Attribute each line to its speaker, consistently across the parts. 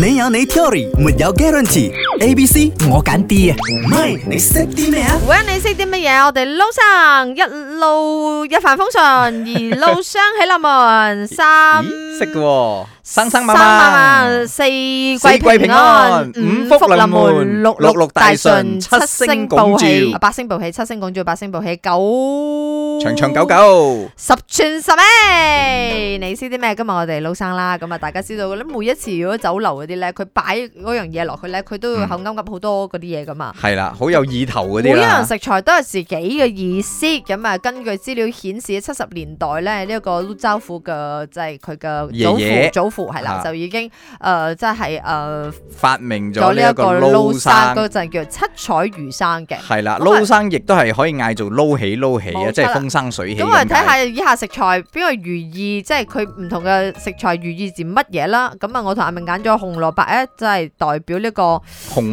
Speaker 1: 你有你 theory，沒有 guarantee。A、B、C 我揀 D 啊，唔係你識啲咩啊？
Speaker 2: 喂，你識啲乜嘢？我哋撈生一路一帆風順，二路雙喜 臨門，三
Speaker 3: 咦，識嘅喎，生生猛
Speaker 2: 三啊
Speaker 3: 猛，
Speaker 2: 四季
Speaker 3: 四季
Speaker 2: 平
Speaker 3: 平
Speaker 2: 安
Speaker 3: 安，
Speaker 2: 五
Speaker 3: 五
Speaker 2: 福
Speaker 3: 福
Speaker 2: 臨
Speaker 3: 臨
Speaker 2: 門，
Speaker 3: 門
Speaker 2: 六
Speaker 3: 六
Speaker 2: 六
Speaker 3: 六
Speaker 2: 大
Speaker 3: 大
Speaker 2: 順，
Speaker 3: 順
Speaker 2: 七
Speaker 3: 七
Speaker 2: 星
Speaker 3: 星
Speaker 2: 報
Speaker 3: 拱
Speaker 2: 喜，
Speaker 3: 照
Speaker 2: 啊八星報喜，七星拱照，八星報喜，九
Speaker 3: 長長久。久。
Speaker 2: 十全十美，你知啲咩？今日我哋撈生啦，咁啊，大家知道咧，每一次如果酒樓嗰啲咧，佢擺嗰樣嘢落去咧，佢都會
Speaker 3: 嗯
Speaker 2: 口噏噏好多嗰啲嘢噶嘛。
Speaker 3: 係啦，好有意頭嗰
Speaker 2: 每一
Speaker 3: 啲啊
Speaker 2: 樣
Speaker 3: 啦。
Speaker 2: 食材都有自己嘅意思，咁啊，根據資料顯示，七十年代咧呢一個瀘州府嘅即係佢嘅祖
Speaker 3: 爺
Speaker 2: 父
Speaker 3: 爺
Speaker 2: 祖父係啦，
Speaker 3: 啊
Speaker 2: 就已經誒即係誒
Speaker 3: 發明
Speaker 2: 咗呢
Speaker 3: 咗呢
Speaker 2: 一
Speaker 3: 一
Speaker 2: 個
Speaker 3: 個
Speaker 2: 撈
Speaker 3: 撈
Speaker 2: 生嗰
Speaker 3: 生，
Speaker 2: 陣叫七彩魚生嘅。
Speaker 3: 係啦，
Speaker 2: 咁啊
Speaker 3: 撈生亦都係可以嗌做撈起撈起
Speaker 2: 冇
Speaker 3: 啊，即係
Speaker 2: 錯啦
Speaker 3: 風生水起
Speaker 2: 咁我哋睇
Speaker 3: 咁解。
Speaker 2: 下以下食材邊個寓意，即係佢唔同嘅食材寓意指乜嘢啦。咁啊，我同阿明揀咗紅蘿蔔咧，即係代表呢個
Speaker 3: 紅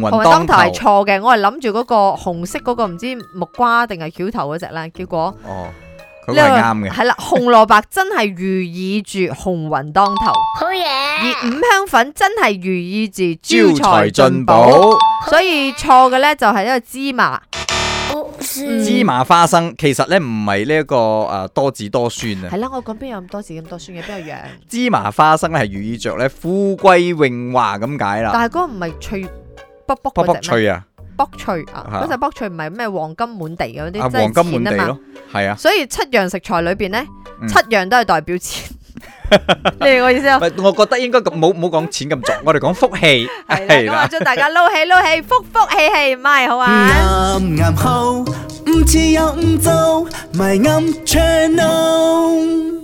Speaker 2: 紅
Speaker 3: 雲
Speaker 2: 當
Speaker 3: 當
Speaker 2: 頭係
Speaker 3: 頭。
Speaker 2: 錯嘅。我係諗住嗰個紅色嗰個唔知木瓜定係橋頭嗰只啦，結果
Speaker 3: 哦，嗰個係啱嘅。
Speaker 2: 係啦，紅蘿蔔真係寓意住紅雲當頭，
Speaker 4: 好嘢，
Speaker 2: 而五香粉真係寓意住
Speaker 3: 招財進
Speaker 2: 寶。
Speaker 3: 寶，
Speaker 2: 所以錯嘅咧就係一個芝麻。
Speaker 4: 我
Speaker 2: 嗯
Speaker 4: 是
Speaker 3: 芝麻花生其實咧唔係呢一個誒多子多孫啊
Speaker 2: 係。啦，我講邊有咁多字咁多酸嘅，邊有樣？
Speaker 3: 芝麻花生咧係寓意着咧富貴榮華咁解
Speaker 2: 但
Speaker 3: 啦，
Speaker 2: 係嗰個唔係脆卜卜
Speaker 3: 卜
Speaker 2: 嗰
Speaker 3: 卜
Speaker 2: 只咩？
Speaker 3: 脆啊，
Speaker 2: 卜脆啊，
Speaker 3: 嚇
Speaker 2: 嗰隻卜脆唔係咩黃金滿地嗰
Speaker 3: 啊
Speaker 2: 啲，即
Speaker 3: 黃
Speaker 2: 係
Speaker 3: 金滿
Speaker 2: 錢
Speaker 3: 地
Speaker 2: 啊嘛。
Speaker 3: 咯，係啊。
Speaker 2: 所以七樣食材裏邊咧，
Speaker 3: 嗯
Speaker 2: 七樣都係代表 錢。你明我意思啊？
Speaker 3: 喂我覺得應該咁冇冇講錢咁重，我哋講福氣
Speaker 2: 係
Speaker 3: 係
Speaker 2: 啦，咁啊，
Speaker 3: 啦。
Speaker 2: 祝大家撈起撈起，福福氣氣，唔係好玩。
Speaker 1: 嗯啱啱好，唔似又唔做，咪啱 channel。